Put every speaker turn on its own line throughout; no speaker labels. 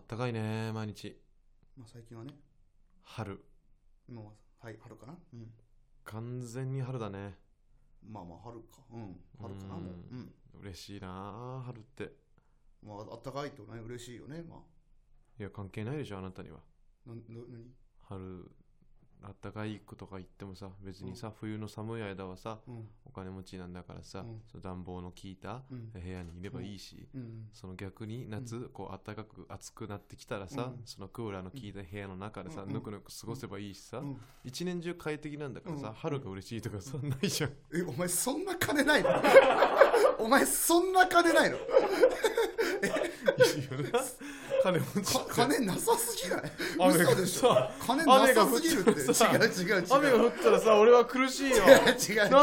ったかいね、毎日。
まあ、最近はね
春。
もうはい春かなうん
完全に春だね。
まあまあ春かうん春かな
うん
もううん
嬉しいなあ春って。
まああったかいとね嬉しいよねまあ
いや、関係ないでしょ、あなたには。
なな何
春、あったかいことか言ってもさ、別にさ、冬の寒い間はさ、
うん
お金持ちなんだからさ、
うん
その暖房の効いた
うん
部屋にいればいいし、
うん
その逆に夏、こう暖かく暑くなってきたらさ、
うん
そのクーラーの効いた部屋の中でさ、
うん
ぬくぬく過ごせばいいしさ、
うん
一年中快適なんだからさ、
うん
春が嬉しいとかそんないじゃん
えお前そんな金ないの お前そんな金ないの
いいよ な金持ち
か
って
金なさすぎない
雨が
嘘でしょ
さ
金なさすぎるって
雨が降ってさ
違う違う違う
雨が降ったらさ俺は苦しいよ
違う違う
な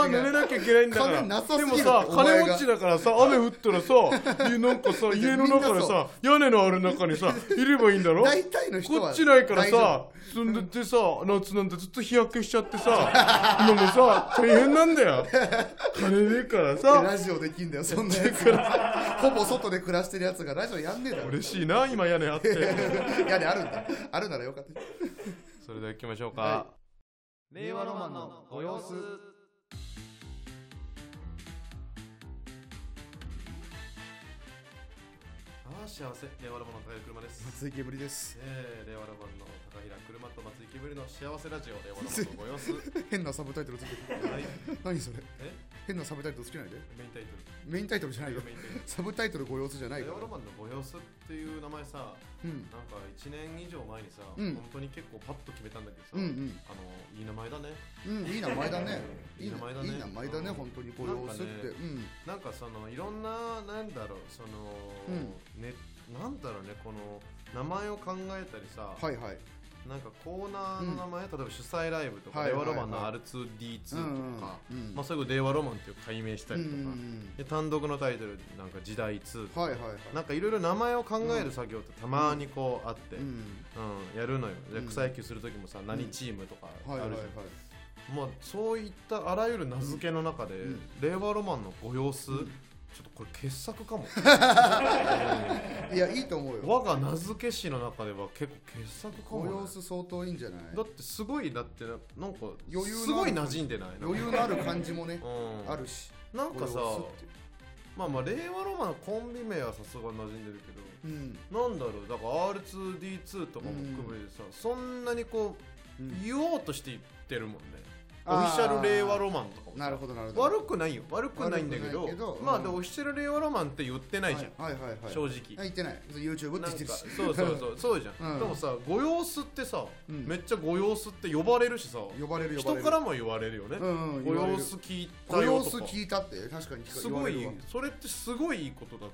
濡れなきゃいけないんだから
金なさすぎ
でも
る
さ
お前
金
が
持ちだからさ雨降ったらさいやなん かさ
いや
家の中でさ屋根のある中にさいればいいんだろ
大体の人は
こっちないから
大丈
さ住んでてさ夏なんてずっと日焼けしちゃってさ今もさ大変なんだよ金ねえから
夫
さ
ラジオできんだよそんなやつほぼ外で暮らしてるやつがラジオやんねえだ ろ
嬉しいな今屋根あって
屋根あるんだあるならよかった
それでは行きましょうか、
は
令和ロマンのご様子ああ幸せ令和ロマンの高い車 です
松井けぶりです
えー、令和ロマンの高平車と松井木ぶりの幸せラジオ令和ロマンのご様 子は
変なサブタイトルつけてる
い
何それ
え
変なサブタイトルつけないで
メインタイトル
メインタイトルじゃないよ
メインタイトル
サブタイトルご様子じゃない
令
か
和ロ
ら
マンのご様子っていう名前さ
うん
なんか1年以上前にさ、
うん
本当に結構パッと決めたんだけどさ、
うんうん
あのいい名前だね
うんいい名前だね
いい名前だね
いい名前だね本当にご様子
な
って
ん
うん
なんかそのいろんななんだろうその、ねなんだろうねこの名前を考えたりさ、
はいはい
なんかコーナーの名前、例えば主催ライブとか、
はい
令
は
和
いはい
ロマンの R2D2 と
うん
か、
うんうん
まあそういう令和ロマンっていう解明した
う
りとか、
ん
で単独のタイトルなんか時代2とか、
はいはいはい
なんかいろいろ名前を考える作業ってたまにこうあって、
う
うん
ん
やるのよで
うん
草野球する時もさ、何チームとかあ
はい
るじ
は
ゃ
い
ん、
はい
まあ、そういったあらゆる名付けの中で、
うん
令和ロマンのご様子、ちょっとこれ傑作 かも
いやいいと思うよ
我が名付け師の中では結構傑作か
ご
もね、
様子相当いいんじゃない
だってすごいだってななんか
余裕のある
すごい馴染んでないなんか
余裕のある感じもね
うん、
あるし
なんかさ
ご様子って
まあまあ令和ロマンのコンビ名はさすがに馴染んでるけど
うん
なんだろうだから R2D2 とかも含めてさ、そんなにこう、
うん
言おうとして言ってるもんねオ
あー
フィシャル令和ロマンとかもさ
なるほどなるほど
悪くないよ悪くないんだけど
悪くないけど
まあ
うん
でオフィシャル令和ロマンって言ってないじゃん、
はいはいはいはい
正
あ
直、
言ってない別に YouTube っ
なん
て言っ
か
てるし
そうそう そうそうじゃん、
うん
でもさ「ご様子」ってさ、
うん
めっちゃ「ご様子」って呼ばれるしさ
呼ばれる呼ば
人
れる
からも言われるよね、
うんうん
ご
言われる
様子聞いた
ご
よ
様
と
子
か
聞いたって確かに聞か
すごい
言われるわ
それってすごいいいことだと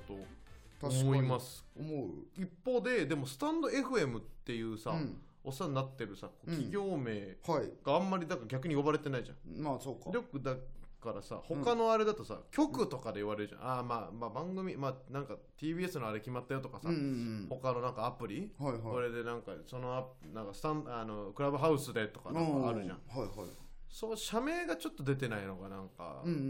確かに
思います
思う
一方ででもスタンド FM っていうさ、
うん
お世話になってるさ
うん
企業名
はい
があんまりだから逆に呼ばれてないじゃん
まあそうか
よくだからさ他のあれだとさ、局とかで言われるじゃん、ああまあまあ番組まあなんか TBS のあれ決まったよとかさ、
うんうん
他のなんかアプリ、
うんはいはい
これでなんかそのアプなんかスタンあのクラブハウスでとかなんかあるじゃん、
うはいはい
そう社名がちょっと出てないのがなんか
うんうんう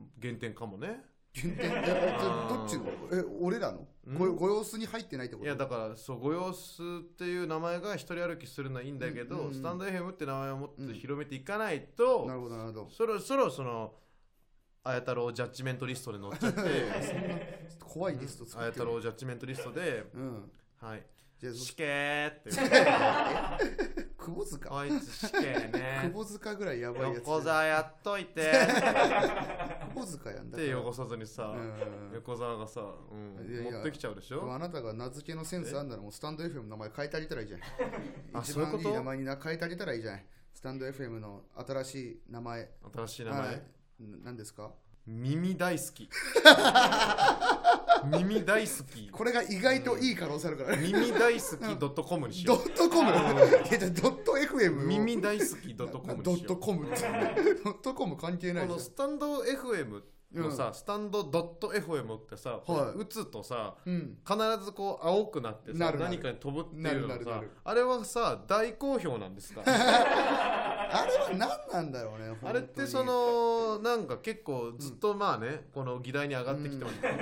ん
原点かもね、
原点ええ
あー
どっちのえ俺らの
うん
ごご様子に入ってないってこ
い
と
やだからそうご様子っていう名前が一人歩きするのはいいんだけど、
うんうんうん
スタンド FM って名前をもっ
うん
と広めていかないと、
なるほどなるほど
そろそろその綾太郎ジャッジメントリストで載っち ゃって
怖いリスト作
綾
って
太
る
郎ジャッジメントリストで
うん
はい
じゃあそ
死刑って 言う
窪塚
こいつ死刑ね
窪塚ぐらいやばいやつ
横座やっといて
窪塚やんだ
手
から
汚さずにさ
うん
横座がさ、うん
いやいや
持ってきちゃうでし
でも
ょ
あなたが名付けのセンスあんならもうスタンド FM の名前変えてあげたらいいじゃん
あ
一
そういうこ
番い
と
い名前にな変えてあげたらいいじゃんスタンド FM の新しい名前
新しい名前、
はいん何ですか
耳大好 き耳大好き
これが意外といい可能性あるか らね、
耳大好き .com にし
ド
よ
ットコムい やじゃあドット
う
FM を
耳大好き
な
.com
ド
にし
ット
よ
コムって ドットコム関係
う
な
こ
いじ
の
ゃん
スタンド FM のさ、スタンド .fm ってさ、
はい
打つとさ
うん
必ずこう青くなってさ
なるなる
何かに飛ぶっていうの
な
が
る
さ
なるなる
あれはさ大好評なん ですか
あれは何なんだろうね
あれってそのなんか結構ずっとまあね、この議題に上がってきてますけど、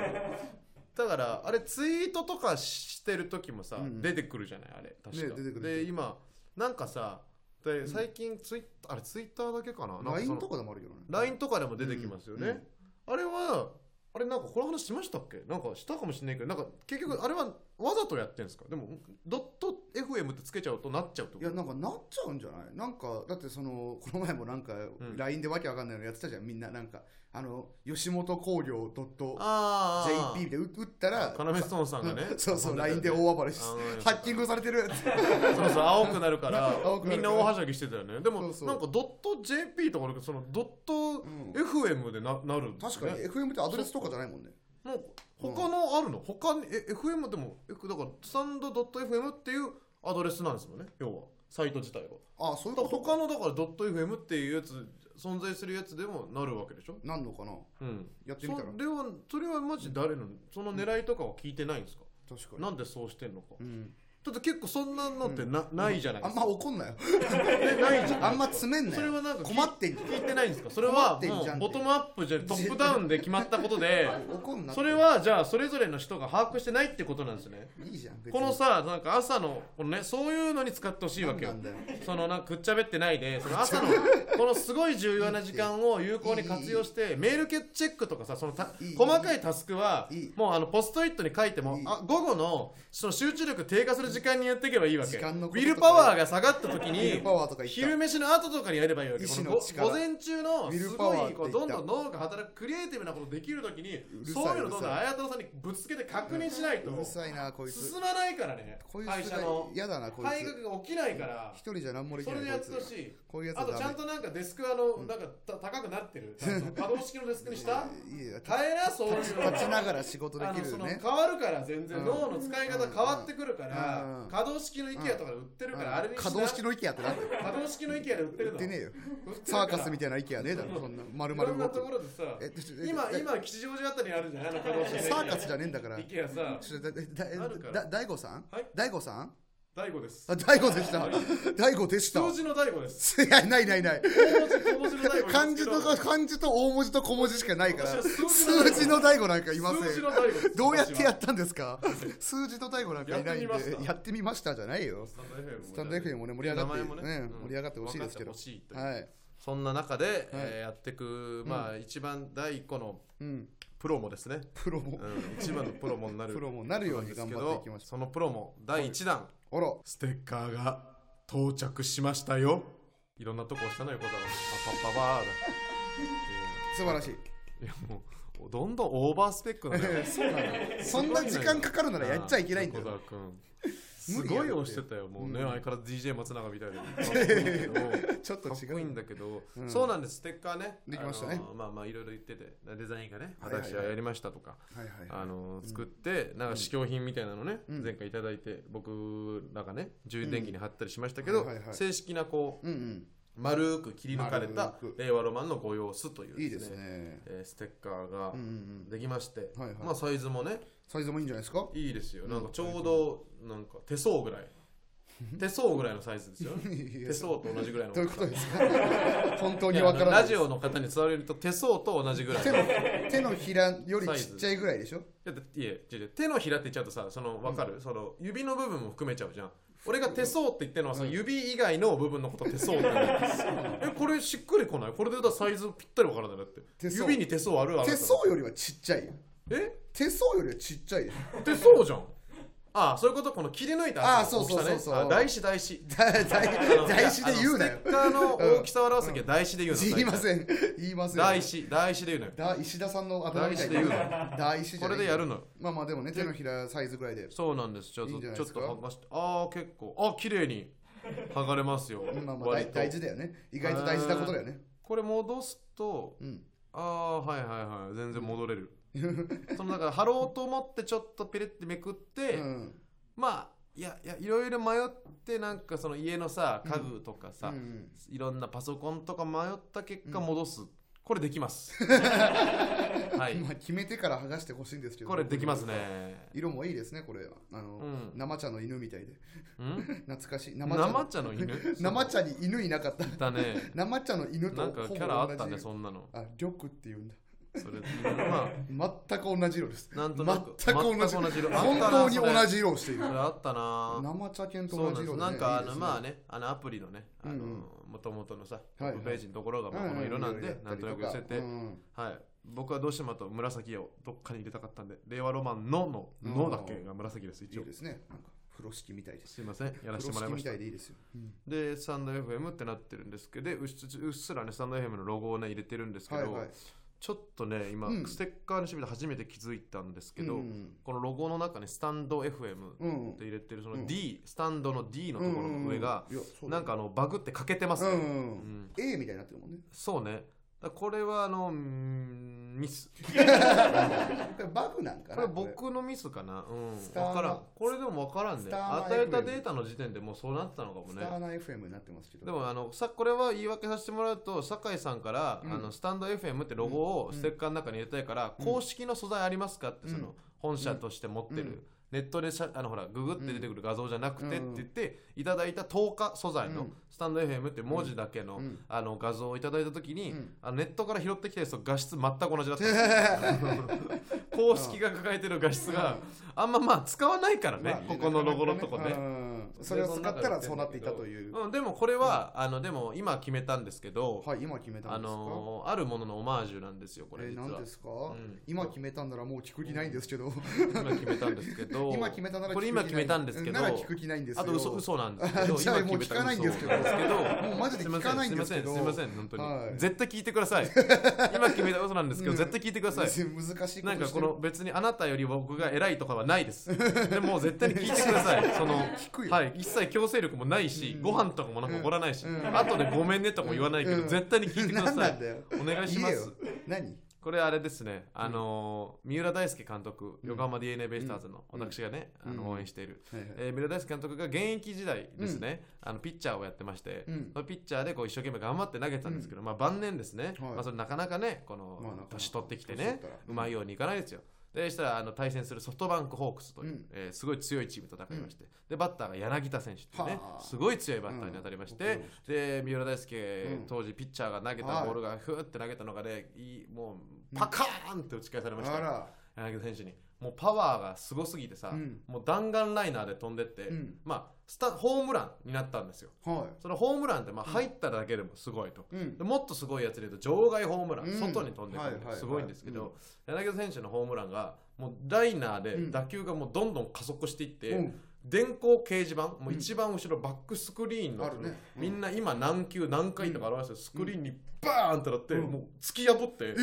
だからあれツイートとかしてる時もさ、
うん
出てくるじゃないあれ確か、
ね出てくる
で今なんかさで
ん
最近ツイッターあれツイッターだけかななんかその
LINE とかでもあるけどね
LINE とかでも出てきますよね、
うん
あれはあれなんかこの話しましたっけなんかしたかもしれないけどなんか結局あれはわざとやってんですかでもドット FM ってつけちゃうとなっちゃうってこ
い
と
やなんかなっちゃうんじゃないなんかだってそのこの前もなんか
ん
LINE でわけわかんないのやってたじゃんみんななんかあの吉本興業
ああ
.jp で打打ったら
カナメストーンさんがね
うんそうそう、LINE で大暴れし
あのね
ハッキングされてるって
そうそう青くなるから
青くな
み
るから
んな大はしゃぎしてたよねでも
そうそう
なんかドット JP とかそのドット
うん
FM でななるんだね
確かに FM ってアドレスとかじゃないもんね
もう他のあるの他にえ FM でもえだからスタンドドット FM っていうアドレスなんですもんね要はサイト自体は
あそういう
だ
こ
から他の
とか
だからドット FM っていうやつ存在するやつでもなるわけでしょ
なんのかな
うん
やって
そ
みたら
れはそれはマジ誰のその狙いとかは聞いてないんですか、
確かに
なんでそうしてんのか
うん
だって結構そんなのってな,、ないじゃない
あ
で
ん
す
ま
か、
怒んなよ
ねないじゃん
あんま詰めんな
それ
よ
はなんか聞い
困ってんじ
聞いてないんですかそれは
困ってんじゃん
も
って
うボトムアップじゃトップダウンで決まったことで
ゃん怒 んなって
それはじゃあそれぞれの人が把握してないってことなんですね
いいじゃん別に
このさなんか朝のこのねそういうのに使ってほしいわけ
な
よ
んだよ
そのなんかくっちゃべってない でその朝のこのすごい重要な時間を有効に活用してメールチェックとかさそのた
いいいい
細かいタスクはい
い
もうあのポストイットに書いても
いい
あ午後のその集中力低下する時間にやっていけばいいわけ
時
ウ
間のこと
ィルパワーが下がった時
ウィル
に
パワーとか言った
昼飯の後とかにやればいいわけ
意
こ
志の
の
力
ご午前中の
ウ
す
ィルパワ
ご
ー
い
って
こ
言
う
った
どんどん脳が働くクリエイティブなことできる時に
るさい
そういうのどんど
うんるさ
綾太さんにぶつけて確認しないうと
るさいなこいつ
進まないからね
こい
会
つ
社
が
の
嫌だなこい
改
つ
革が起きないから
一人じゃ何もでき
そ
な
れ
い
でや
こい
ってほし
つ
い
こういうやつ
あとちゃん
と
となんかデスクあの、なんかた高くなって るちゃんと可動式のデスクにした
いいよ
変えなそういうの
立ちながら仕事で
あ
き
の
る
そ
よ
の
ね
変わるから全然
うん
脳の使い方変わってくるか
うんう
ら
ん
可動式の IKEA とかで売ってるからあれにしな
可動式の IKEA ってなんだよ
可動式の IKEA で売ってる
言
の
ってねえよ
売ってるか
サ
ら
ーカスみたいな IKEA ねえだろそんな丸
いろんな
々動
と
く
ころでさ
えちょ
今
え
今吉祥寺あたりにあるじゃないあの可動式の IKEA
サーカスじゃねえんだから。
IKEA さ
ちょだだ
あるから
だ大悟さん
はい
大悟さん
大悟です
あ大悟でした
はい。
大悟でした。
数字の大悟です
いや、ないないない。
大文字小文字の大悟
漢字と
か
か、漢字と大文字と小文字しかないから、
私は
数字の大悟なんかいま
数
せ
字
ん。
の大悟です
どうやってや
っ
ったんですか数字と大悟なんかいないんで
やってみまし、た
やってみましたじゃないよ。
スタンド FM も
スタンド FM もね、盛り上が
名
って、
前もね
ね
うん
盛り上がってほしいですけど
分かっ。てほしいという
はい。
そんな中で、えーやってく、まあ、一番第一個の
うん。
プロモですね、
プロも
う、ん、一番のプロモになる
プロもなるように
です
頑
け
張ってい
ど
きましょ
そのプロモ第一弾、
う。あら、
ステッカーが到着しましたよいろんなとこ押したのよ横田がパッパバーだ
素晴らしい。
いやもうどんどんオーバースペックなんだよ
そうなのそんな時間かかるな らやっちゃいけないんだ
横
よ。
田君す
無理や
ご
ろ
い押してたよもうね、
うん
相変わらず DJ 松永み たいで
ちょっと
かっ
違
こいい
うん
だけど、
うん
そうなんですステッカーね
できましたね
あのーまあまあいろいろ言っててデザインがね
はいはいはい
私はやりましたとか、
はいはい
あのー作って、なんか試供品みたいなのね、
うん
前回いただいて僕らがね充電器に貼ったりしましたけど、
うんはいはいはい
正式なこう
うんうん
丸く切り抜かれた
丸く
令和ロマンのご様子という
いいですね
えーステッカーが
うんうんうん
できまして、
はいはい
まあサイズもね
サイズもいいんじゃないですか
いいですよ、なんかちょうどなんか手相ぐら い手相ぐらいのサイズですよ
いや
手相と同じぐらいの
どういうこと ですか本当にわか
いや
ら
あの
ない
ラジ
です
オの方に伝わると手相と同じぐらい
手の手のひらよりちっちゃいぐらいでしょ
だっていや違う違う手のひらって言っちゃうとさその分かる、その指の部分も含めちゃうじゃん俺が手相って言ってるのは、その指以外の部分のこと手相って言うん だよえこれしっくりこないこれでだからサイズぴったり分からないだって
手相
指に手相あるある
手相よりはちっちゃいよ
え
手相よりはちっちゃいでしょ
手相じゃんああそういうことこの切り抜いた
あーそうそうそ
大
うそう
きさねあ大師大師
だ大 大事で言うなよ
ステッカーの大きさを表すときは大師で言うの、
言いません言いません
大師大師で言うのよ
だ石田さんのあだ名みたい
大事で
な大師じゃ
こ
ない
れでやるのよ
まあまあでもね手のひらサイズぐらいで
そうなんです。ちょっと
いいんじゃない
ちょ
で
っ
すか
と剥がして、ああ結構、あ綺麗に剥がれますよ。
まあまあ
割
大
と
大事だよね意外と大事なことだよね
これ戻すと、
うん
ああはいはいはい、全然戻れ る。そのだから貼ろうと思ってちょっとピリってめくって、
うん
まあいやいやいろいろ迷ってなんかその家のさ家具とか
う
さ、
ん
いろんなパソコンとか迷った結果戻す。これできます。 はい。
まあ決めてから剥がしてほしいんですけど
これできますね。
色もいいですねこれあの、
うん
生茶の犬みたいで
うん？
懐かしい生茶
生
の
茶の犬？
生茶に犬いなかった
だね。
生茶の犬と
なんかキャラあった
ほぼ同
ね
じ
そんなの。
あ緑って言うんだ
それま
全く同じ色です
あなんとなく
全く同じ
全同じ色
本当に同じ色をしている
それあったな
生茶犬と
そう
同
なんですなん
じ色で、ね、
かあのまあ
ね
ねあのアプリのねあの
うん
元々のさ
い
ホ
はい
ームページのところがまあこの色なんでなんとなく寄せて
うん
はい僕はどうしてもあと紫をどっかに入れたかったんで令和ロマンのの
うん
のだけが紫です一
い
応
いですねなんか風呂敷みたいです
すいませんやらせて
風呂
もらい
敷
ま
み
した
たいでいいですよ、うん
でスタンド FM ってなってるんですけどでうっすうっすらねスタンド FM のロゴをね入れてるんですけ
はい
ど
はい
ちょっとね今
うん
ステッカーの趣味で初めて気づいたんですけど
うん
このロゴの中にスタンド FM
うん
って入れてるそうの
ん
D スタンドの D のところの上が
うんうんうんいやそうだ
なんかあのバグって欠けてますね
うんう
う
んうん A みたいになってるもんね
そうねだからこれはあのうーんミス
これバグなんか
こ
な
れ僕のミスかなうん
スターナ
分からんこれでも分からんね
スターナ
与えた
FM
データの時点でもうそうなってたのかも
ス
ね
ターナ FM になってますけど
でもあのさこれは言い訳させてもらうと酒井さんから、
うん
あのスタンド FM ってロゴをステッカーの中に入れたいから、
うん
公式の素材ありますかって、その本社として持ってる、
うん
ネットでしゃあのほらググって出てくる画像じゃなくてって
うん
言っていただいた10日素材
う
の
ん
スタンド FM って文字だけの,、
うん
あの画像をいただいた時に、
うん
あのネットから拾ってきたやつと画質全く同じだったんですよ 公式が抱えてる画質があんままあ使わないからね、
ま
こ
あ
このロゴのとこね
うんそれを使ったらそうなっていたという、
うん、でもこれは、あのでも今決めたんですけど、
はい今決めた
あ
んですか、
のーあるもののオマージュなんですよこれ
えー
実
何
は、
ですか、
ん
今決めたんならもう聞く気ないんですけ ど、
今決めたんですけど
今決めたなら聞く気ない
これ今決めたんですけど
なら聞く気ないんですよ
あと嘘嘘なんですけど
じゃあ
今決めた
もう聞かないんですけど
嘘な
もうマジで聞かないんですけど
すいませんすいませんすいません本当に、
はい
絶対聞いてくださ い今決めた嘘なんですけど、
うん
絶対聞いてください
難しいことしてる
なんかこの別にあなたより僕が偉いとかはないです。でも絶対に聞いてくださ い。その
聞くよ
はい一切強制力もないし、
うん
ご飯とかもなんか怒らないし、
うん
後でごめんねとかも言わないけど、
うん
絶対に聞いてくだ
何
さ
ないん。だよ
お願いしま
言え
す
よ。何
これあれですね。あのー三浦大輔監督、横浜 DNA ベイスターズの
うん
私がね、あ
うん
の応援している、
はいはい
えー三浦大輔監督が現役時代ですね、あのピッチャーをやってまして、
うん
そのピッチャーでこう一生懸命頑張って投げてたんですけど、まあ晩年ですね、
はい
まあそれなかなかね、こ
まあなかな
の
か
年取ってきて
年取
ね
ったら、
うまいようにいかないですよ。でしたらあの対戦するソフトバンクホークスという、
うん
えーすごい強いチームと戦いまして、でバッターが柳田選手というね
はあ
すごい強いバッターに当たりまして、
うん
で三浦大輔、
うん
当時ピッチャーが投げたボールがふーって投げたのがねいいもうパカーンって打ち返されまし
あ
た、
ら
柳田選手にもうパワーがすごすぎてさ、
うん
もう弾丸ライナーで飛んでって、
うん
まあスタホームランになったんですよ
は
そのホームランってまあ入っただけでもすごいと、
いうん
でもっとすごいやつで言うと場外ホームラン、
うん
外に飛んでく
はい
る
はいはい
すごいんですけど、柳田選手のホームランがもうライナー
う
で
ん
打球がもうどんどん加速していって、
うん
電光掲示板もう一番後ろバックスクリーンの、
あるねうん
みんな今何球何回とか表してるスクリーンにバーンってなって、もう突き破って
え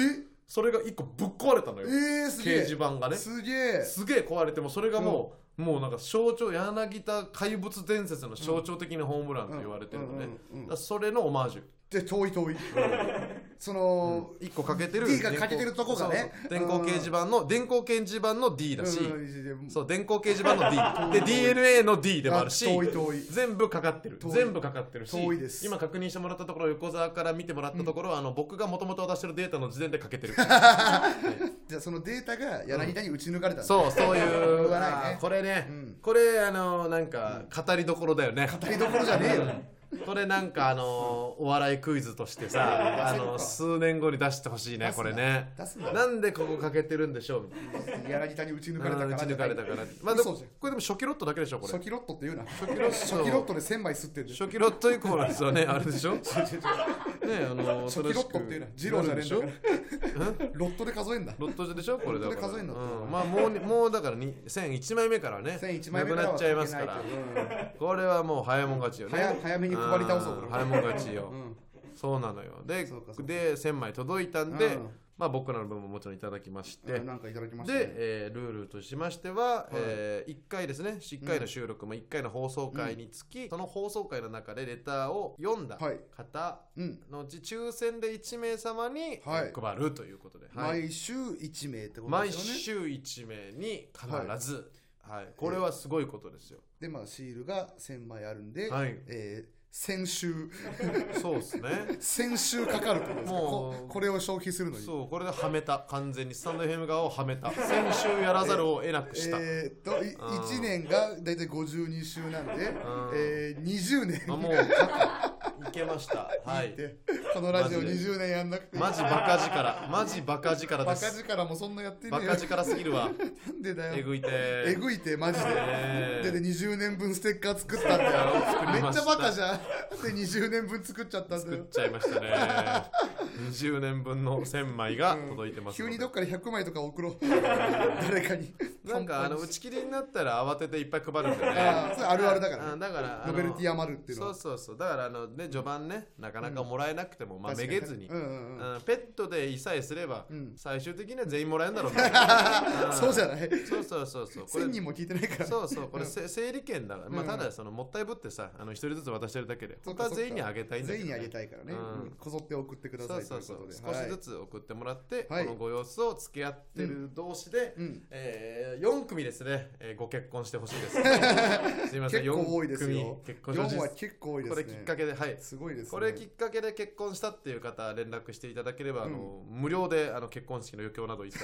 それが一個ぶっ壊れたのよ、
えー、す
掲
げえ
示板がね
すげえ
すげえ壊れてもうそれがもう、もうなんか象徴柳田怪物伝説の象徴的なホームランと言われてるのね、
うんうんうんうん
だからそれのオマージュ
で遠い遠い その、
一個欠けてる
D が欠けてるとこがね
電光掲示板の電光掲示板の D だし、
うん
そう電光掲示板の D で DNA の D でもあるし
あ遠い遠い
全部かかってる
遠い
全部かかってるし
遠いです
今確認してもらったところ横澤から見てもらったところ、あの僕がもともと渡してるデータの時点でかけ てる
じゃあそのデータが柳田に打ち抜かれたんだ、
そうそういう
言わないね
あーこれね、
うん
これあのなんか語りどころだよね、
台所じゃねえよ、
これなんかあのお笑いクイズとしてさあ
出せるか
の数年後に出してほしいね
出す
こ
な
れね
出すな
なんでここかけてるんでしょうみたいな
柳田に打ち抜かれたから
打ち抜かれた からまあでも
嘘じゃん
これでも初期ロットだけでしょこれ
初期ロットって言うな
期
初
ロット
で1000枚吸ってる
初期ロット以降なんですよねあれで しょねあの
初期ロットっていうのはジローじゃねえんだからロットで数えんだ
ロットでしょこれだから
ロットで数えんだって
うんまあもうもうだからに1001枚目からね
1001枚目から
なくな
は
っちゃいますから
書けないと
これはもう早いもん勝ちよね
早早めに配り倒そ
あー
うこれ
早いもん勝ちよ、
うん
そうなのよで
そうかそうか
で1000枚届いたんで、
うん
まあ僕らの分ももちろんいただきまして、
うんなんかいただきましたね
で、えールールとしましては、え1回ですね1回の収録、まあ1回の放送回につき、その放送回の中でレターを読んだ
はい
方
うん
のうち抽選で1名様に
はい
配るということで、はい
毎週1名ってことで
毎
すよね
週1名に必ず、はいこれはすごいことですよ、
でまあシールが1000枚あるんで
はい
えー先週
そうですね
先週かかるってことですか
もう
ここれを消費するのに
そうこれではめた完全にスタンド FM 側をはめた先週やらざるを得なくした、
えーっと1年が大体52週なんで
ん
えー20年
あもういけましたはい
でこのラジオ
マジで
20年やんなくて
マジバカ力マジバカ力で
バカ
す
力もそんなやってね
バ
え
カ
よ
力すぎるわ
なんでだ
え
よ
ぐいて
えぐいてマジで
えー
でで20年分ステッカー作ったんだよ
作
め
り
っ
ま
ちゃ
した
バカじゃんで20年分作っちゃったんだ
作っ
よ
ちゃいましたね20年分の1000枚が届いてます
急
ので
にどっかで100枚とか送 ろう誰かに
なんかあの打ち切りになったら慌てていっぱい配るんだよね
あーそれあるあるだから
あだからあの
ノベルティ余るっていうの
そう
は
そうそうだからあのね序盤ねなかなかもらえなくても、まあめ
確か
げずに、
うんうんうん
うんペットでいさえすれば、
うん
最終的には全員もらえるんだろうみたいな
そうじ
ゃ
ゃない
そうそうそうそうこれ
1000人も聞いてないから
そうそうこれせ整理券だから、まあ、
うんうん
ただそのもったいぶってさあの一人ずつ渡してるだけで
そ
本
っか
当
そ
は
っか
全員にあげたいんだけ
全
ど、
員
ね、
にあげたいからね
うん
うんこぞって送ってくだ
そ
さ
う
いと
そ
いうう
そ
こ
う
とで
少しず
つ
つ送ってもらって、
はい
このご様子を付き合ってる同士で、
うん
え4組ですね、えーご結婚してほしいです すいません
結構多いですよ
4組結婚してほしい
4
で
は
す
結構多いで
こ
すね
れきっかけではい
すごいですね
これきっかけで結婚したっていう方連絡していただければ、あの
う
無料であの結婚式の余興など 一切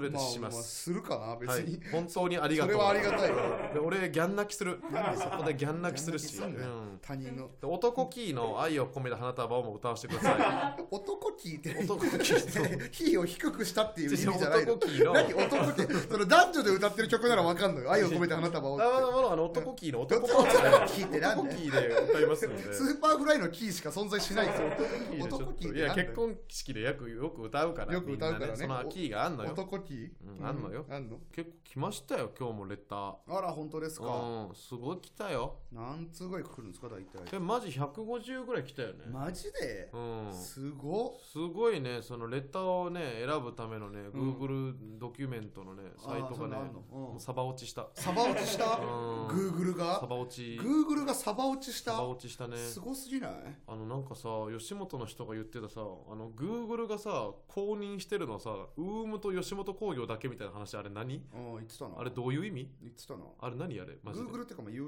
全てしま
まあまあ
す、
するかな別
はい
に、
本当にありが
そ
とう
れはありがたいよ
で俺ギャン泣きするそこでギャン泣きするし
ギャン泣きす
う
るんだよ
ん
他人の
で男キーの「愛を込めた花束」をも歌わせてくださ
男聞いて
い男キーの
火を低くしたっていう意味じゃないの
男キーの
何男ってその男女で歌ってる曲ならわかんのよ愛を込めて花束をって
あまだまだあの男キーの男パーツ
聞いて
で
なん
男
で
キーで歌いますので
スーパーフライのキーしか存在しないか ら
キーでちょっと
男キーっ
い
て
や
なんだよ
結婚式でよくよく歌うから
よく歌うからね
みんなそのキーがあんのよ
男キー、
うんあんのよ
あんの
結構来ましたよ今日もレター
あら本当ですか、
うんすごい来たよ
何通ぐらい来るんですか大体
えマジ150ぐらい来たよね、
マジで、
うん
すご
すごいねそのレターをね選ぶためのね
うん
Google ドキュメントのねサイト
あーそ
が
ん
ね
なあんのうん
もうサバ落ちした
サバ落ちした
うん
グーグル
サ
が
バ落ち
グーグルがサバ落ちし
サ
た
バ落ちしたね
すごすぎない
あのなんかさ吉本の人が言ってたさあの Google がさ公認してるのはさウームと吉本興業だけみたいな話あれ何
うん言ってたな
あれどういう意味
言ってたな
あれ何あれマジで
Google っていうかまあ YouTube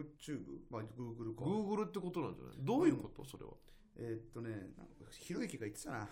まあ Google か
Google ってことなんじゃないどういうことそれは
えーっとねなんかひろゆきが言ってたな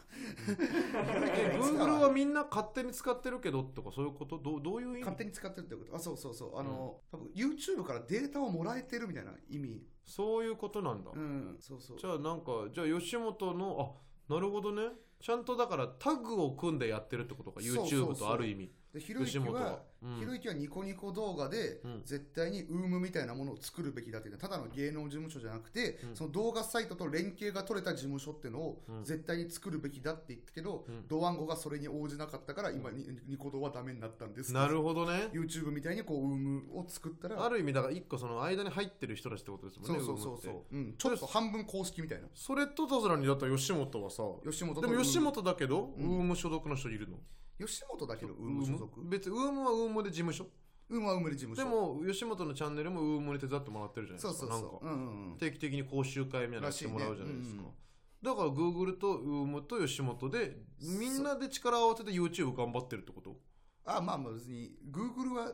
え
ひろゆきが言ってた
Google
な
はみんな勝手に使ってるけどとかそういうことどうどういう意味
勝手に使ってるってことあそうそうそうあの、多分 YouTube からデータをもらえてるみたいな意味
そういうことなんだ、
うんそうそう
じゃあなんかじゃあ吉本のあなるほどねちゃんとだからタッグを組んでやってるってことか
そうそうそう
YouTube とある意味
でひろゆき
吉本
は
は、うん
ひろゆきはニコニコ動画で、
うん
絶対にウームみたいなものを作るべきだっていうただの芸能事務所じゃなくて、
うん
その動画サイトと連携が取れた事務所っていうのを、
うん
絶対に作るべきだって言ったけど、
うん
ドワンゴがそれに応じなかったから今に、ニコ動はダメになったんです
なるほどね
YouTube みたいにこうウームを作ったら
ある意味だから一個その間に入ってる人たちってことですもん
そ
ね
うそうそう
ウームって
そう、うん、ちょっと半分公式みたいな
それとさらにだったら吉本はさ
吉本と
でも吉本だけど、
うん
ウーム所属の人いるの
吉本だけどウーム所属
別にウームはウームで事務所
ウームはウームで事務
で
所
も吉本のチャンネルもウームに手伝ってもらってるじゃないで
そ
す
う
か
そう
なんか
そううんうんうん
定期的に講習会みたいなのやってもらうじゃないですから
しいね
だから Google と UM と吉本でみんなで力を合わせて YouTube 頑張ってるってこと
あまあまあ別に Google は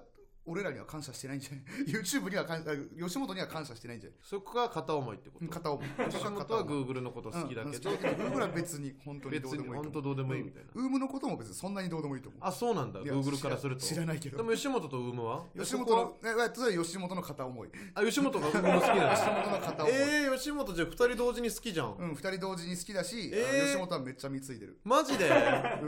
俺らには感謝してないんじゃない YouTube には感謝あ吉本には感謝してないんじゃない
そこが片思いってこと
うん片思い
吉本は Google のこと好きだけど
うん、うん好き Google は別に本当に
別
どうで
に
もいい
本
と
当どうでもいいみ
思
たいな、
うウームのことも別にそんなにどうでもいいと思う
あそうなんだ
いや
Google からすると
知ら知らないけ
で
ど
も吉本と UM は
吉
そこ
本
は
のええ例えば吉本の片思い
あ吉本が UM 好きなん
吉
だ
本の片思い、
えー、吉本じゃあ2人同時に好きじゃん、
うん、二人同時に好きだし、あの
えー
吉本はめっちゃ貢いでる。
マジで
ル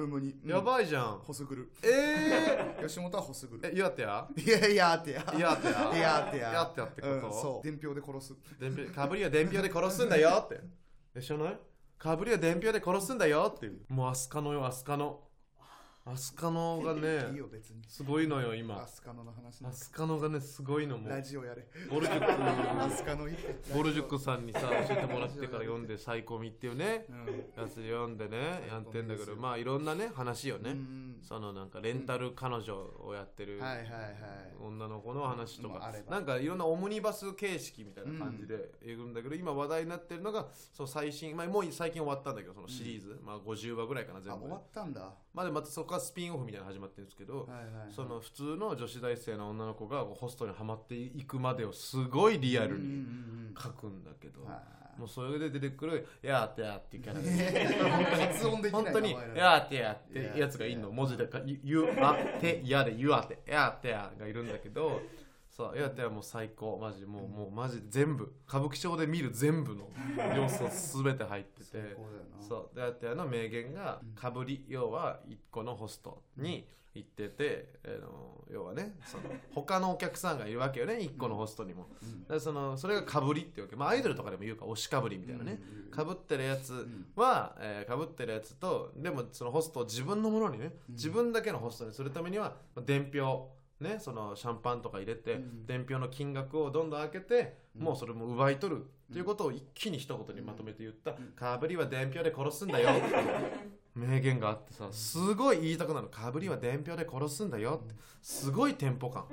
ームに。うん
やばいじゃん、
ホスグル。
え
吉本はホスグ
ー、
ル。
え岩手や
いやいやってや。
岩手や
いやってや。
やってやってこと、
うんそう。伝票で殺す。
伝票かぶりは伝票で殺すんだよってえ知らないかぶりは伝票で殺すんだよっていうもうアスカのよアスカのアスカのが
いい
ね
よ、別に。
すごいのよ
ア
今
スカノの話なん
ア
か
スカのがねすごいのも
ラ
う
ジオやれ。
ボルジュッ
アスカノいい。
クボルジュックさんにさ教えてもらってから読んで「サイコミ」っていうね
うん。
やつ読んでねやってんだけどまあいろんなね話を
う
ね
ん
そのなんかレンタル彼女をやってる
はいはいはい。
女の子の話と
まああ
か
れ、ば
なんかいろんなオムニバス形式みたいな感じでえぐんだけど、今話題になってるのが、その最新、まあもう最近終わったんだけど、そのシリーズ、まあ50話ぐらいかな、
あ、
全部
終
で
わ。ったんだ。は
まあでまたそこからスピンオフみたいなの始まってるんですけど、
いはいはい。
その普通の女子大生の女の子がホストにはまっていくまでをすごいリアル
うんうん
に
うん
書くんだけど、
は
もうそれで出てくる、やーってやーっていうキャラ
い
で。
発音できない
本当に
名前だ、ね
やーってやーってやつがいるの、文字でか、ゆ、ゆあてやで、ゆあて、やーってやがいるんだけど、そういやでもう最高マジもうもうマジ全部歌舞伎町で見る全部の要素全て入って
最
て
高だよな
そうであってあの名言が
うん
かぶり要は一個のホストに行ってて、あの要はねその他のお客さんがいるわけよね一個のホストにも、
うん
だからそのそれがかぶりってわけまあアイドルとかでも言うから推しかぶりみたいなね
うん
かぶってるやつ
うん
は、えかぶってるやつとでもそのホストを自分のものにね、
うん
自分だけのホストにするためにはまあ伝票ねそのシャンパンとか入れて、
うん
伝票の金額をどんどん開けて、
うん
もうそれも奪い取るっていうことを一気に一言にまとめて言った「かぶりは伝票で殺すんだよ」って名言があってさすごい言いたくなる「かぶりは伝票で殺すんだよ」ってすごいテンポ感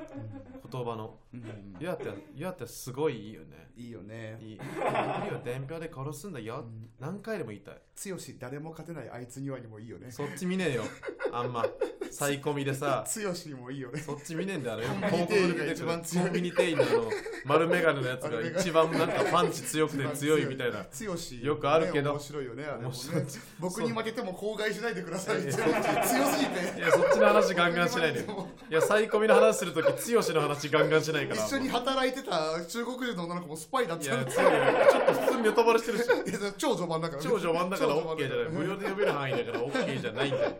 言葉の
うんう
「
ん
いや」って「いや」ってすごいいいよね
いいよね
いい「かぶりは伝票で殺すんだよ」
うん
何回でも言いたい
強し誰も勝てないあいつにはにもいいよね
そっち見ねえよ。あんま。サイコミでさ、
強しにもいいよね
そっち見ねえんだよね。
コンビニ店員が一番強い
コンビニ店員のあの丸メガネのやつが一番なんかパンチ強くて強いみたいな。
強し
よくあるけど
ね面白いよねあれも
面
ね
白い
僕に負けても口外しないでくださいって
そ
強
う
すぎ
い
て
や、そっちの話ガンガンしないで。いや、サイコミの話するとき、剛の話ガンガンしないから。
一緒に働いてた中国人の女の子もスパイだっ
い
た
や、
んだ
強いよ。ちょっと普通にネタバレして るし。
いや超序盤だからね
超序盤だから
超
OK
序盤
じゃない。無料で呼べる範囲だから OK じゃないんだよ。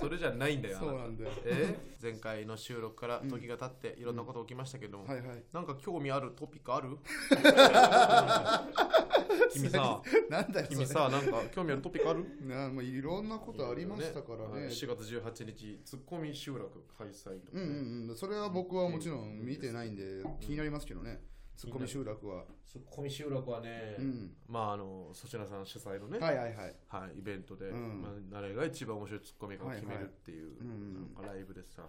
それじゃないんだよ。あ
そう
なた
なんだよ
え前回の収録から時が経っていろんなこと起きましたけども、
は いはい
なんか興味あるトピックあ る君さ、
なんだよそれ
君さ、なんか興味あるトピックある
なまあいろんなことありましたからね
はい4月18日、ツッコミ集落開催とか
う
ね、
んうんうんそれは僕はもちろん見てないんで気になりますけどねツッコミ集落は
ツッコミ集落はね、
うん
まああの、粗品さん主催のね、は
はいいはいはい
イベントで、
うん
まあ、誰が一番面白いツッコミかを決め
は
るっ
いはい
ていう、
うんうん
なんかライブでさ、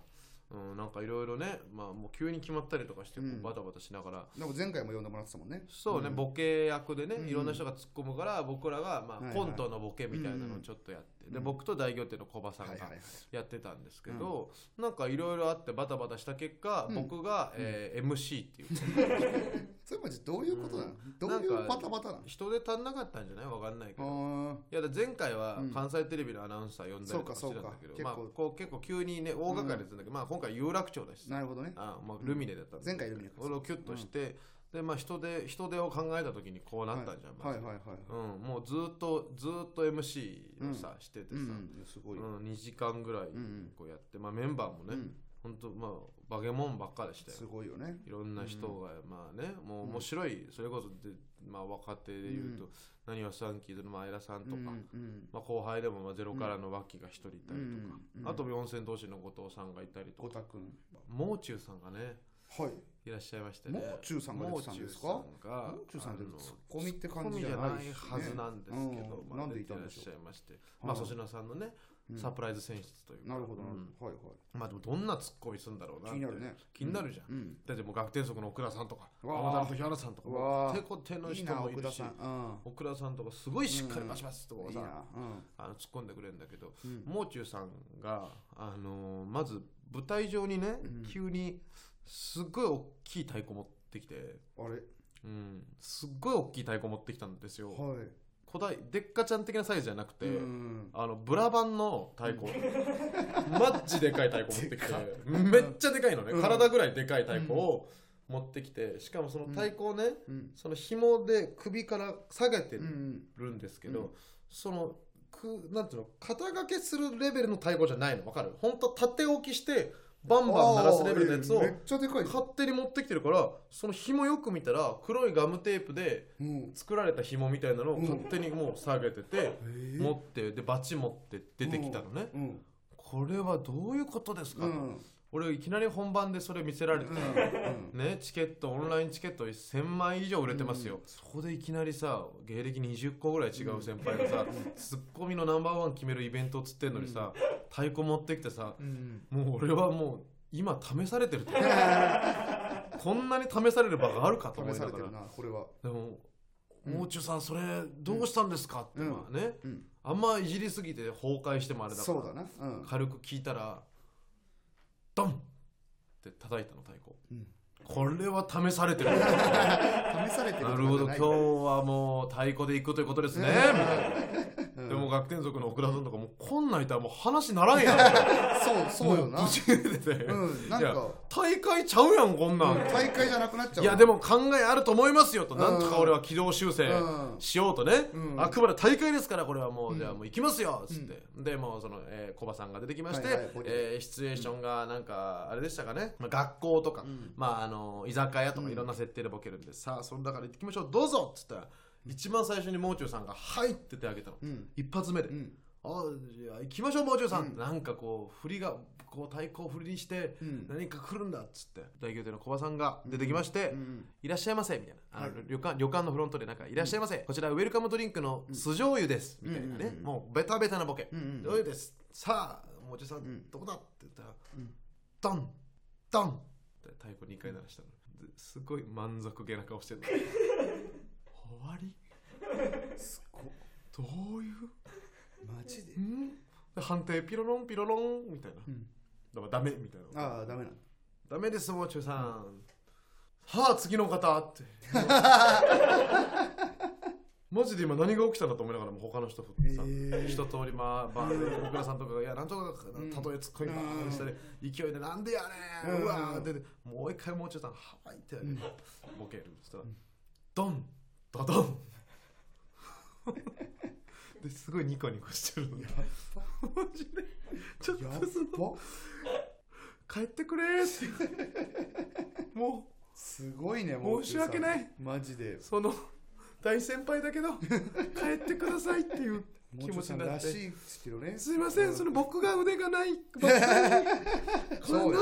うん、なんかいろいろね、まあもう急に決まったりとかして、こ
う
うんバタバタしながら、
なんか前回も呼んでもらってたもんね
そうね、
ん
ボケ役でね、
うん
いろんな人が突っ込むから僕らが、ま
はいは
あ、
い
コントのボケみたいなのをちょっとやって、
うん
で僕と大行っての小バさん
はいはい
が
はい
やってたんですけど、なんかいろいろあってバタバタした結果、
うん
僕が、えー MC っていう
それマジどういうことなのどうい
なん
う
か
バタバタなの
人で足んなかったんじゃないわかんないけど。
あ
いやだ前回は
うん
関西テレビのアナウンサー呼んだりとかしてたんだけど、
そうかそうか
まあ、
結構
こう結構急にね大掛かりだったんだけど、まあ、今回有楽町だし
ー
さ
なるほどね
あまあ、ルミネだったんだけど
前回ルミネか
これをキュッとして、でまあ、人で人手を考えた時にこうなったんじゃん、まず
はいはいはい
うん、もうずっとずっと MC をさ、してて
う
さ、
んうんすごい
うん2時間ぐらい
ん
こうやって、まあ、メンバーもね、
うん
ほんとまあバケモンばっかでしたよ
すごいよね
いろんな人が、まあねもう面白い、それこそで、まあ、若手で言うと、なにわさんキーズの前田さんとか、
うんうん
まあ、後輩でもまあゼロからの脇が一人いたりとか、
うんうん
あと四千同士の後藤さんがいたりと
ゴ
か
タくん
もう中さんがね
はい
いらっしゃいましたね
もう中さんが出てたんですか
もう中さんが
もう中さんって
あの
ツッコミって感じじゃないしね
ツッコミじゃないはずなんですけど、
うん
まあ
なんでいたんでしょう
出てらっしゃいまして、まあ、粗品さんのね、
うん
サプライズ選出というか
なるほどなる
うん
ほどはい
まあでもどんなツッコミするんだろうな
はい気になるね
気になるじゃん、
うん
だってもう学天則の奥田さんとか
うわー
浜田の時原さんとか
うわー
手こ手の
いい
人
な
もい
奥
る
田
し
さんうん
奥田さんとかすごいしっかりバシバシとか
いい
さ、
なうん
あの突っ込んでくれるんだけど、
うん
もう中さんが、あのーまず舞台上にね、
ん
急にすっごい大きい太鼓持ってきて、
あれ
うん、すっごい大きい太鼓持ってきたんですよ、
はい
古代でっかちゃん的なサイズじゃなくて、
うん
あのブラバンの太鼓、マッチでかい太鼓持 ってきてめっちゃでかいのね、
うん
体ぐらいでかい太鼓を持ってきてしかもその太鼓をね、
うん
その紐で首から下げて
うんうん
るんですけど、
うん
そのくなんていうの肩掛けするレベルの太鼓じゃないの分かる本当縦置きしてバンバン鳴らすレベルのやつを
あーえめっちゃでかい
勝手に持ってきてるからその紐よく見たら黒いガムテープで
うん
作られた紐みたいなのを
うん
勝手にもう下げてて、
え
持ってでバチ持って出てきたのね、
うん
これはどういうことですか、
う
と
ん
俺いきなり本番でそれ見せられて、ねチケットオンラインチケット1000枚以上売れてますよ、そこでいきなりさ芸歴20個ぐらい違う先輩がさ、ツッコミのナンバーワン決めるイベントっつってんのにさ、太鼓持ってきてさ
うんうん
もう俺はもう今試されてると こんなに試される場があるかと思
試
いな
され
が
て
ら
るなこれは
でも
うん
もう中さんそれどうしたんですかって、
うん
まあね
うん
あんまいじりすぎて崩壊してもあれだから
そうだなうん
軽く聞いたらドンって叩いたの太鼓
うん
これは試され てる
試されてる
なるほど今日
日
はもう太鼓で行くということですねみたいな
うん
でも学天族の奥田さんとかもうこんなんいたらもう話ならんやん
そう そうよな
もうぶち切れてて、
うんなん
いや
か
大会ちゃうやんこんなん、
うん大会じゃなくなっちゃう
い
い
やでも考えあると思いますよと、
うん
なんとか俺は軌道修正
うん
しようとね、
うん
あくまで大会ですからこれはもう、
うん
じゃあもう行きますよっつって、でもうその、えー、コバさんが出てきまして、
はいはいこれ
えーシチュエーションがなんかあれでしたかね、まあ、学校とか、
うん
まああの居酒屋とか
うん
いろんな設定でボケるんで、さあその中で行ってきましょうどうぞっつったら一番最初にもう中さんが「はい」って手挙げたの、
うん
一発目で、
うん
あじゃあ行きましょうもう中さん、
うん
なんかこう振りがこう太鼓を振りにして
うん
何か来るんだっつって代表での小バさんが出てきまして、
うん
いらっしゃいませみたいなあの、
はい
旅館旅館のフロントでなんかいらっしゃいませ、こちらウェルカムドリンクの酢醤油です、みたいなね、
うんうんうん
もうベタベタなボケ、
うんうんうん
醤油ですさあもう中さん、
ん
どこだって言ったら、
うん
ドンドンって太鼓2回鳴らしたのですごい満足げな顔 してる終わり
すご
どういう
マジで
んで判定ピロロンピロロンみたいな、
ん
だからダメみたいな
ああダメなんだ
ダメですもう中さん、はあ次の方ってマジで今何が起きたんだと思いながらも他の人振ってさ、
えー
一通りまあバーで僕らさんとかが「いやなんとか
うん
たとえ突っ込みばーしたり勢いで「なんでやね
うん
んうわー」ってもう一回もう中さん「はーい」ってやる、ボケるそしたら「ドンドドン」ですごいニコニコしてるのねマジでちょっ
やっ
とその
ば
帰ってくれーっても
すごいね
申し訳ない
もう中さんマジで
うその大先輩だけど帰ってくださいっていう
もう
気
中
持ち
さ
に
ん
な
ら
っ
しい
て
ですけどね
すいませんその僕が腕がないこれ
そ
なん
うよ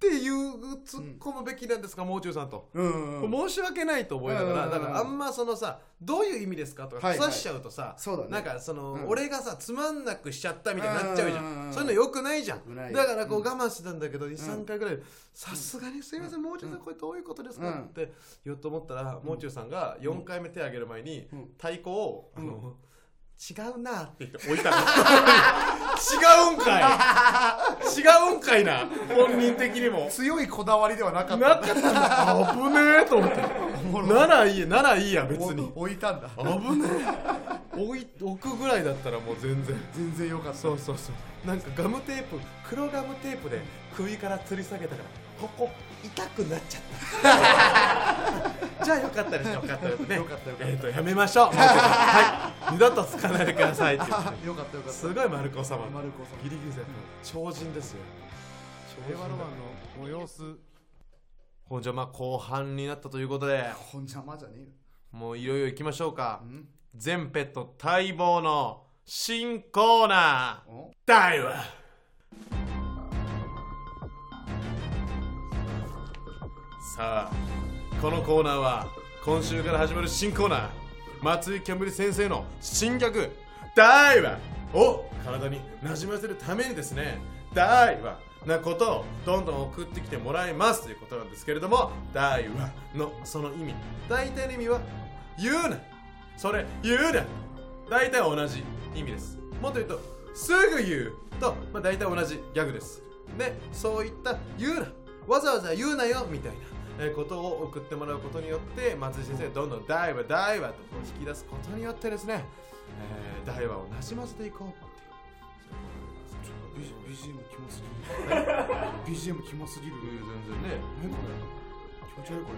ていう突っ込むべきなんですかもう中さんと
うんうん
申し訳ないと思いなが
う
ら
んうんう
だ
ん
からあんまそのさどういう意味ですかとか
はいはい
腐しちゃうとさ
そうだね
なんかその
うん
俺がさつまんなくしちゃったみたいになっちゃうじゃ
うんうんうんん
そういうのよくないじゃ
くなんい
だからこ
う
うん我慢してたんだけど23回ぐらいさすがにすいませんもう中さんこれどういうことです
う
か
ん
って言おうと思ったらもう中さんが4回目手挙げる前に
うん
太鼓をあ
ん
の違うなって言って置いたの 違うんかい違うんかいな本人的にも
強いこだわりではなかっ
なか
た
ったんだ危ねえと思ってならいいならいいや別に
お置いたんだ
危ねえ置い置くぐらいだったらもう全然
全然よかった
そうそうそうなんかガムテープ黒ガムテープで首から吊り下げたからここ痛くなっちゃった じゃあよかったですよかったですね
よかったよかった
えっ、とやめましょうはい二度とつかないでくださいって言って
よかったよかった
すごい丸子様
丸子様
ギリギリだった超人ですよ
令和ロマン
のご様子本上まあ後半になったということで
ほん邪魔じゃねえよ
もういよいよ行きましょうか
ん
全ペット待望の新コーナー
お
だいわさあこのコーナーは今週から始まる新コーナー松井キャンブリ先生の新曲「ダイワ」を体になじませるためにですね「ダイワ」なことをどんどん送ってきてもらいますということなんですけれども「ダイワ」のその意味大体の意味は「言うな」それ言うな大体同じ意味ですもっと言うとすぐ言うと、まあ、大体同じギャグですでそういった言うなわざわざ言うなよみたいなえーことを送ってもらうことによって松井先生どんどん「ダイワダイワ」とこう引き出すことによってですね「ダイワ」をなじませていこうっていう
B- BGM キモす ぎる BGM キモすぎる
そういう全然ね
何これ気持ち悪いこ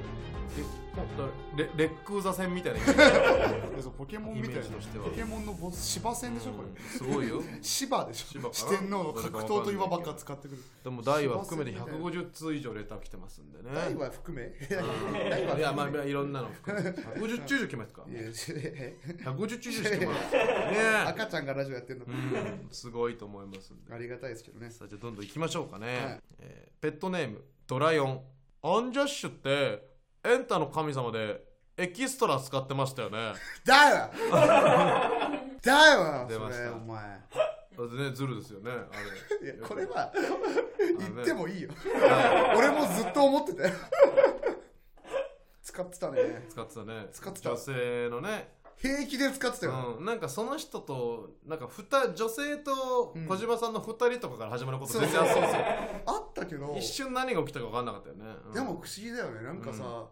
レレッグ座戦みたいな
れそうポケモンみたい
イメ
な
ージとしては
ポケモンのボス芝戦でしょこれ
すごいよ
芝でし
芝か
ょ
な
四天王の格闘という場ばっか使ってくる
でも「ダイワ」含めて150通以上レター来てますんでね
大は含め大
いやまあまあ
い
いろんなの含めて150中以上来ますか
やえ
150中以上してもら う ね
赤ちゃんがラジオやってるの
うんすごいと思いますんで
ありがたいですけどね
さあじゃあどんどん行きましょうかね、
はい
えーペットネームドラヨンアンジャッシュってエンタの神様でエキストラ使ってましたよね
だよ だよ
出まし
それ
た
お前
あれねずるですよねあ
い
れ
やこれは
ね
言ってもいいよ
は
俺もずっと思ってたよ使ってたね
い使ってたね
使ってた
女性のね
平気で使ってたよ、
うん、なんかその人となんかふた女性と小島さんの2人とかから始まること全然あったんですよ
あったけど
一瞬何が起きたか分かんなかったよね、うん
でも不思議だよねなんかさ、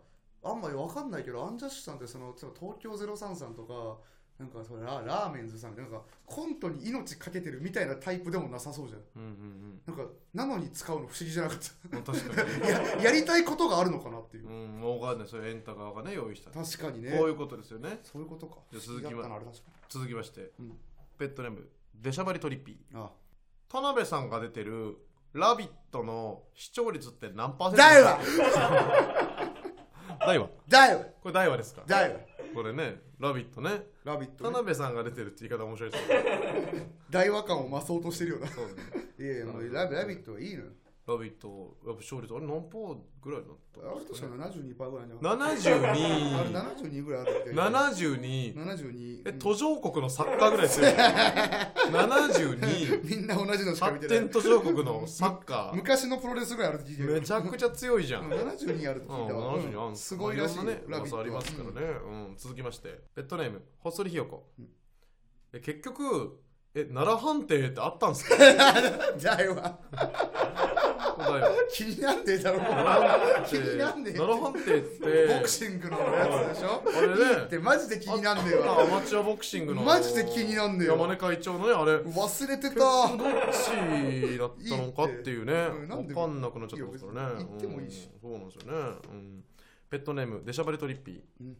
あんまりわかんないけどアンジャッシュさんってその例えば東京03さんとかなんかそれララーメンズさんってなんかコントに命かけてるみたいなタイプでもなさそうじゃん
うんうん
なんかなのに使うの不思議じゃなかった
うん確かに
ややりたいことがあるのかなっていう、
うんもうわかんないそれエンタ側がね用意した、
確かにね
こういうことですよね
そういうことか
じゃあ続きは
不思議だったなあれ確か
続きまして、
うん
ペットネームデシャバリトリッピー
にあ
田辺さんが出てる「ラビット!」の視聴率って何パーセント
だよ
ダイワ
だよ
これダイワですか
だよ
これね「ラビット!」ね
ラビッ
田
ト、ね、
辺さんが出てるって言い方面白いですね
大和感を増そうとしてるよな
そうね
いやいやもうラビラビットはいいのよ
ラビット!」やっぱ視聴率あれ何パーぐらいだっ
あ
た
れ確か72%ぐらいじゃなかっ
72
たあれ72ぐらいあったっけ
72
72
え
うん
途上国のサッカーぐらいですよね 72
みんな同じのしか見
発
てな
展
い
途上国のサッカー
昔のプロレスぐらいあるって聞いてる
めちゃくちゃ強いじゃん
72あると聞いたわ、
うん、
うんすごいらしい
ろんなね
ラビッ
噂
トは
ありますからね、うん続きましてペットネームほっそりひよこ、え結局え奈良判定ってあったんす か
うんだよわ
お題は
気になんねえだろ気になんねえ
奈良判定って
ボクシングのやつでしょ
あれね
ってマジで気になんねえ
あ
わ
アマチュアボクシングの
マジで気になんねえよ
山根会長のねあれ
忘れてた
どっちだったのかっていうね
うんなんで
分かんなくなっちゃったからね
いや別に言ってもいいし
うんそうなんですよね、うん、ペットネームデシャバリトリッピー、
うん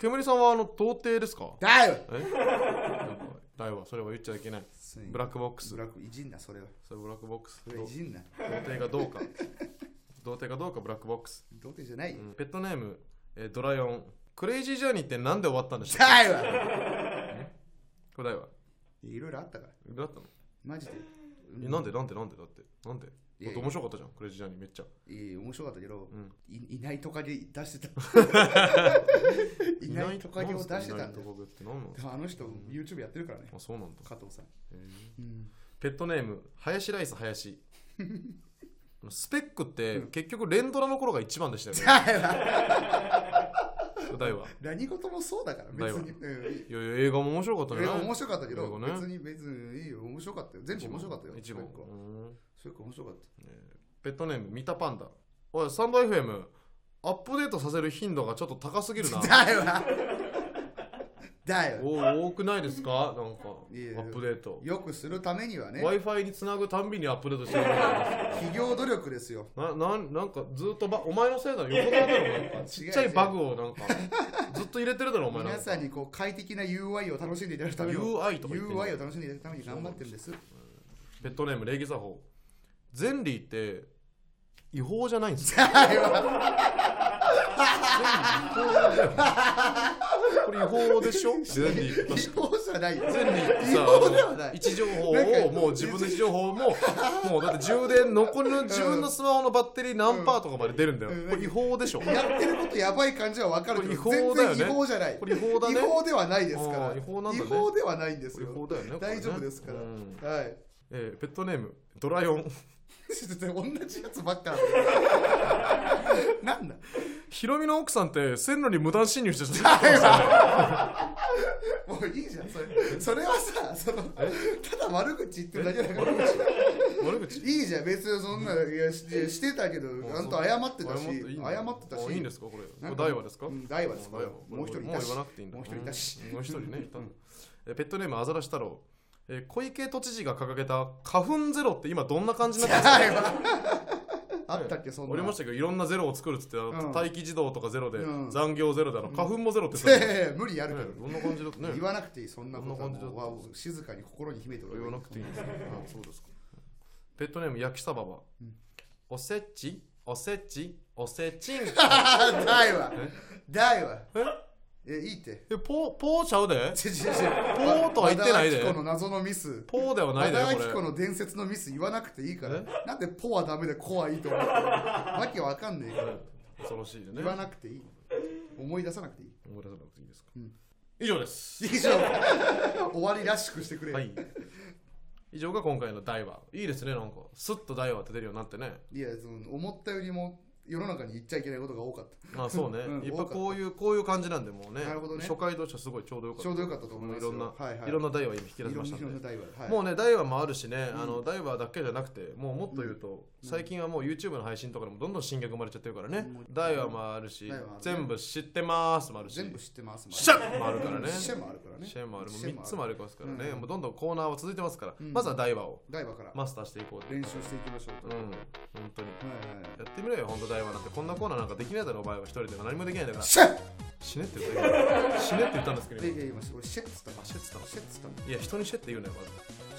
煙さんはあの童貞ですか
だよ
え 大はそれは言っちゃいけないブラックボックス
ブラックいじんなそれは
それブラックボックス
そ
と
れい
童
じんな
貞がどうか童貞がどうかブラックボックス、
童貞じゃないうよ
んペットネーム、えードライオンクレイジージャーニーってなんで終わったんでしょうか
だよ
これ大はい
ろいろあったから
だったの、
マジで
えなんでなんでなんでだってなんでだ
いや
って面白かったじゃんクレイジージャーニーめっちゃ
いや面白かったけど
うん
いいないとかげ出してた い
い
ないとかげを出
なん
し
す
て
かいな
た
い
んだ
ト
よ
カゲって何なんで
です
か
もあの人 YouTube やってるからね
あそうなんだ
加藤さん、
へー
うん、
ペットネーム林ライス林 スペックって結局連ドラの頃が一番でしたよね 大は
何事もそうだから別に、うん
いやいや映画も面白かったね
映画面白かったけ
映
ど、
画ね
別に別にいいよ面白かったよ全部面白かったよ
一番
それか
うん
それか面白かった
ペットネームミタパンダおいサンド FM アップデートさせる頻度がちょっと高すぎ るな
だよなだよ
お多くないですかなんかア
いやいや
ップデート
よくするためにはね
w i f i につなぐたんびにアップデートしてるみたいな
企業努力ですよ
ななんなんかずっとばお前のせいだろ横からだろなんかちっちゃいバグをなんかずっと入れてるだろお前なん
皆
か
さんにこう快適な UI を楽しんでいただくために
UI とか言ってんの
UI を楽しんでいただくために頑張ってるんです
ペットネーム礼儀作法ゼンリーって違法じゃないんです か
だよ
これ違法でしょゼンリー
違法じゃないよ
ゼンリーって
違
さ
法ではな
あの位
い
置情報
なんか
をもう自分の位置情報ももうだって充電残りの自分のスマホのバッテリー何パーとかまで出るんだよ
うん
これ違法でしょこ
やってることやばい感じは分かるけど
これ違法だよね
全然違法じゃない
れ違法だ
違
ね
法ではないですから
あー違法なんだね
違法ではないんです
違法
よ
だよねこれね
大丈夫ですから
うん
はい
えーペットネームドライオ ン
同じやつばっか なんだ
ヒロミの奥さんって線路に無断侵入してた
もういいじゃんそれそれはさそのただ悪口言ってるだけだから
悪口
いいじゃん別にそんな、いやししてたけどあんた謝ってたし謝
謝っていいんだ
ってたし
あいいんですかこれこ
な
れ
んか
大和ですか
うん大和です
あ大和
もう一人い
も
た
う
し
言わなくていいんだ
もう一人いたし
うんもう一人ねいたんだえペットネームアザラシ太郎えー小池都知事が掲げた花粉ゼロって今どんな感じになってますか
大和 あったっけそんな
ありましたけどいろんなゼロを作るっつってあの
うん
待機児童とかゼロで
うん
残業ゼロだの花粉もゼロってさね
せー 無理やるけど、
どんな感じだったね
言わなくていいそんなこ
そ
と
んな感じだ
はもう静かに心に秘めてお
言わなくていいんですねあそうですかペットネーム焼きサババ
うん
おせちおせちおせち ん
ああ大和
え
大和
え
えいいって
えポーポーちゃうで
違う違う違う
ポーとは言ってないで
和田アキ子の謎のミス
ポーではな
和
いだよ
田ア
こ
キ
れ
子の伝説のミス言わなくていいからなんでポはダメでコはいいと思ってるわけわかんねえから
恐ろしいね
言わなくていい思い出さなくて いい
思い出さなくていいですか、
うん
以上です
以上終わりらしくしてくれ、、
はいい以上が今回のダイワいいですねなんかスッとダイワって出るようになってね
やその思ったよりも世の中に言っちゃいけないことが多かった
まあそうね、
うん
やっぱこういうこういう感じなんでもうね
なるほどね
初回同士はすごいちょうどよかった
ちょうどよかったと思いますよ
いろんな、
はいはい
いろんな台話今引き出
い
しま
ろん
した
ない
んで
ろんな台湾はい
もうねダイワもあるしね、
うん
あのダイワだけじゃなくてもうもっと言うと、
うん
最近はもう YouTube の配信とかでもどんどん新曲生まれちゃってるからね、
うん
ダイワもあるし、
ダイワあるね
全部知ってますもあるし
全部知ってます
シャッもあるからね
シェもあるからね
シェもあるもう
シェ
3つもありますからね、
うん
もうどんどんコーナーは続いてますから、
うん
まずはダイワを
台湾から
マスターしていこうと
練習していきましょう
うん本当に
とはいはい
やってみろよ本当ダイワなんてこんなコーナーなんかできないだろお前は一人では何もできないんだから
シェッ
死ねって言った今死ねって言ったんですけど
いや
今
いや今俺シェッつった
あシェって言っ
シェッつったの
たのいや人にシェって言うなよま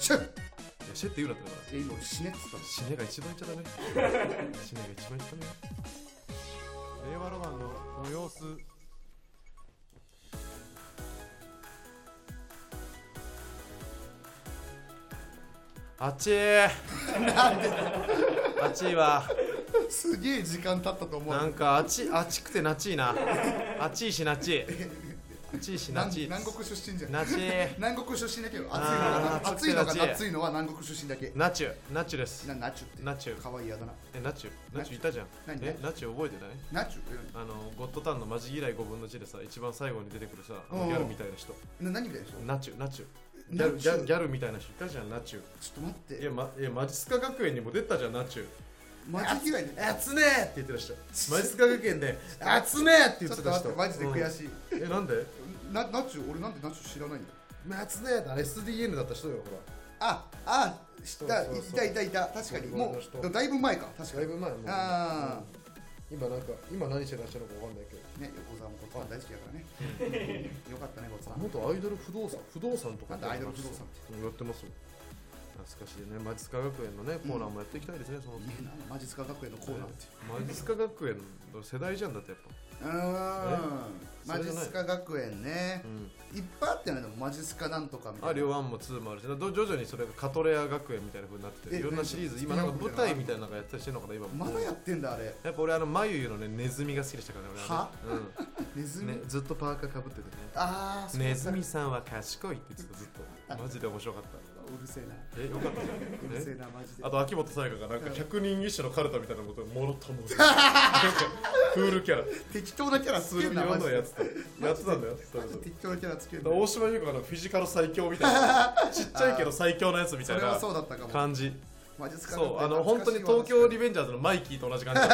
ず
シェッい
いやシェって言うなってだから
や今俺死ねっつったの
死ねが一番言っちゃダメ死ねが一番言っちゃダメ令和ロマンの様子あっちーあっちーは
すげえ時間経ったと思う
なんかあっちあっちくてなっちいなあっちいしなっちいあっちいしなっ
南
ちい
南国出身じゃん
なっちー
南国出身だけど
あー
暑いのが
暑いのが
暑いのは南国出身だけ
ナチュナチュです
なナチュって
ナチュ
可愛いあだ名
えナチュナチュいたじゃん
何
えナチュ覚えてない
ナチュ
あのゴッドタンのマジ嫌い5分の1でさ一番最後に出てくるさあの
うん
ギャルみたいな人
な何みたいな人
ナチュナチュギ
ナ
ャル
チ
ギャ
ュ
ルギャルみたいな人いたじゃんナチュ
ちょっと待っ
いや,、
て
ま、いやマジスカ学園にも出たじゃんナチュ
マジ嫌いね
あつねーって言ってらっしゃる マジスカ学園であつねーって
ち
言
ょ
っ
って
た人
と待ってマジで悔
し
しい
い、うんえなんで
なナチュ俺なんでナチュ知らないんだ
あつねーだ SDN だった人よほら
ああ知ったい
そうそうそう
たいたいた確かに
そう
も
そう
うだいぶ前か確か
だい
に
ぶ前もう
あ
今なんか今何してらっしゃるのかわかんないけど
あね横澤もこっち大好きだからねよかったねこっちさん
元アイドル不動産不動産とか
なんだアイドル不動産っ
やってますよ懐かしいねマジスカ学園のねコーナーもやっていきたいですね、その
いいなマジスカ学園のコーナーって
マジスカ学園の世代じゃんだってやっぱ、
うーん
そ
マ
れじ
ジ
ゃない
スカ学園ねいっぱいあったよねでもマジスカなんとかみた
あ
いな
両1も2もあるしど徐々にそれがカトレア学園みたいな風になってて
え
いろんなシリーズ
何
今なんか舞台みたいなのがやったりしてるのかな今も
まだやってんだあれ
やっぱ俺あの眉ゆのねネズミが好きでしたからね俺はね
ネズ
うん
ミ
ね、ずっとパーカーかぶっててね
ああ
ネズミさんは賢いって言ってたずっとマジで面白かった
うるせえな
えよかったじゃん
うるせえなマジで
あと秋元才加がなんか百人一首のカルタみたいなことをもろとも クールキャラ
適当なキャラつ
数
けるな
秒
マジ
の
で
やつだやってたんだよそうそ
マ
う
ジで適当なキャラつける
だ
な
から大島優子があのフィジカル最強みたい なちっちゃいけど最強のやつみ
そ
たい
れは
な
そうだったかも
感じ
マジスカ
そうあの本当に東京リベンジャーズのマイキーと同じ感じだ っ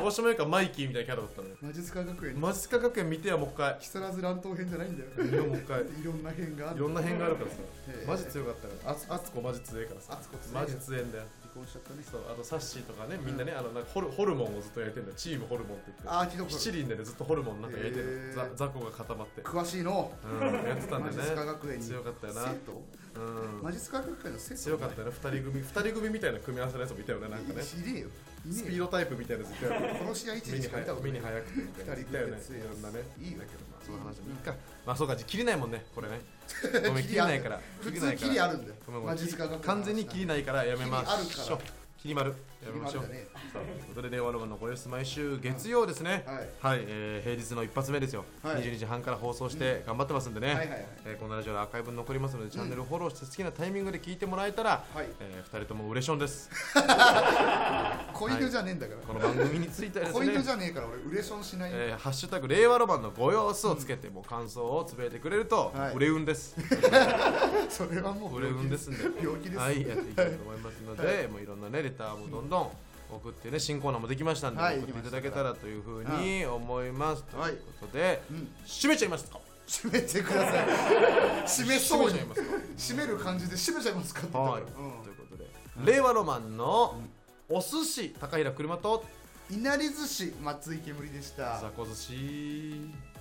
た大島優子はマイキーみたいなキャラだったのよ
マジスカ学園に
マジスカ学園見てよもう一回
木更津乱闘編じゃないんだよ
見てよもう一回い
いろんな編がある
ろんな変があるからさ
ええ
マジ強かったからあつあつこマジ強いからさ
あつこ強い
マジ強いんだよ
離婚しちゃったね
そうあとサッシーとかねみんなね、あのなんかホルホルモンをずっと焼いてるんだよチームホルモンって言って
あー聞いたことある
七輪で、ね、ずっとホルモンなんか焼いてる、
へー
ざ雑魚が固まって、
詳しいの
うん、やってたん
マ
だ
ジスカ
よね
学園に
強かったよな
生徒
うん
マジスカ学園の生徒
強かったよね2人組二人組みたいな組み合わせのやつもいたよねなんかね
いねえよいね
スピ
え
ー
よ
ドタイプみたいなやついたよね
殺し合い一
目
時
に
しか見
早
たこ
く
と
目
な
に
い
早くてみたいない
二
た
人組
よね
で強い
いろんなね
いいよ
だけどまあその話もいいかまあそうかじゃあ切れないもんねこれ ね ごめん切
切り
れ
ある
ないから
普
切れな
通
いか
キ
ら
リあるんだよ
ごめんごめん
マジスカ学園の話
完全に切りないからやめま
切
し
り
ょう
あるか
切り丸やめましょう
切り丸だね
さあということで令和ロマンのご様子毎週月曜ですね、
は
は
い
い、えー平日の一発目ですよ、
はい
22時半から放送して頑張ってますんでね、
はいはいはい
えーこのラジオでアーカイブ残りますので、チャンネルフォローして好きなタイミングで聞いてもらえたら、
はい
え2人とも嬉しょんです
子犬じゃねえんだから
この番組についてはです
子犬
ね
じゃねえから俺ウレションしないよ
えーハッシュタグ令和ロマンのご様子をつけて、もう感想をつぶやいてくれると、
はい
売れ運です
それはもう
売れ運ですんで
病気です
はい、やっていきたいと思いますので、い、もういろんなね、レターもどんどん送ってね、新コーナーもできましたんで、
はい
送っていただけたらというふうに思います。
はい
ということで、
うん
締めちゃいますか。
閉めてくだ さい閉めそう
締め
に
ちゃいます
閉める感じで閉めちゃいますかって
か。
言った
は
か
い、
ら
ということで、令和ロマンのお寿司、高平車と、
うんいなり寿司松井煙でした
雑魚寿司。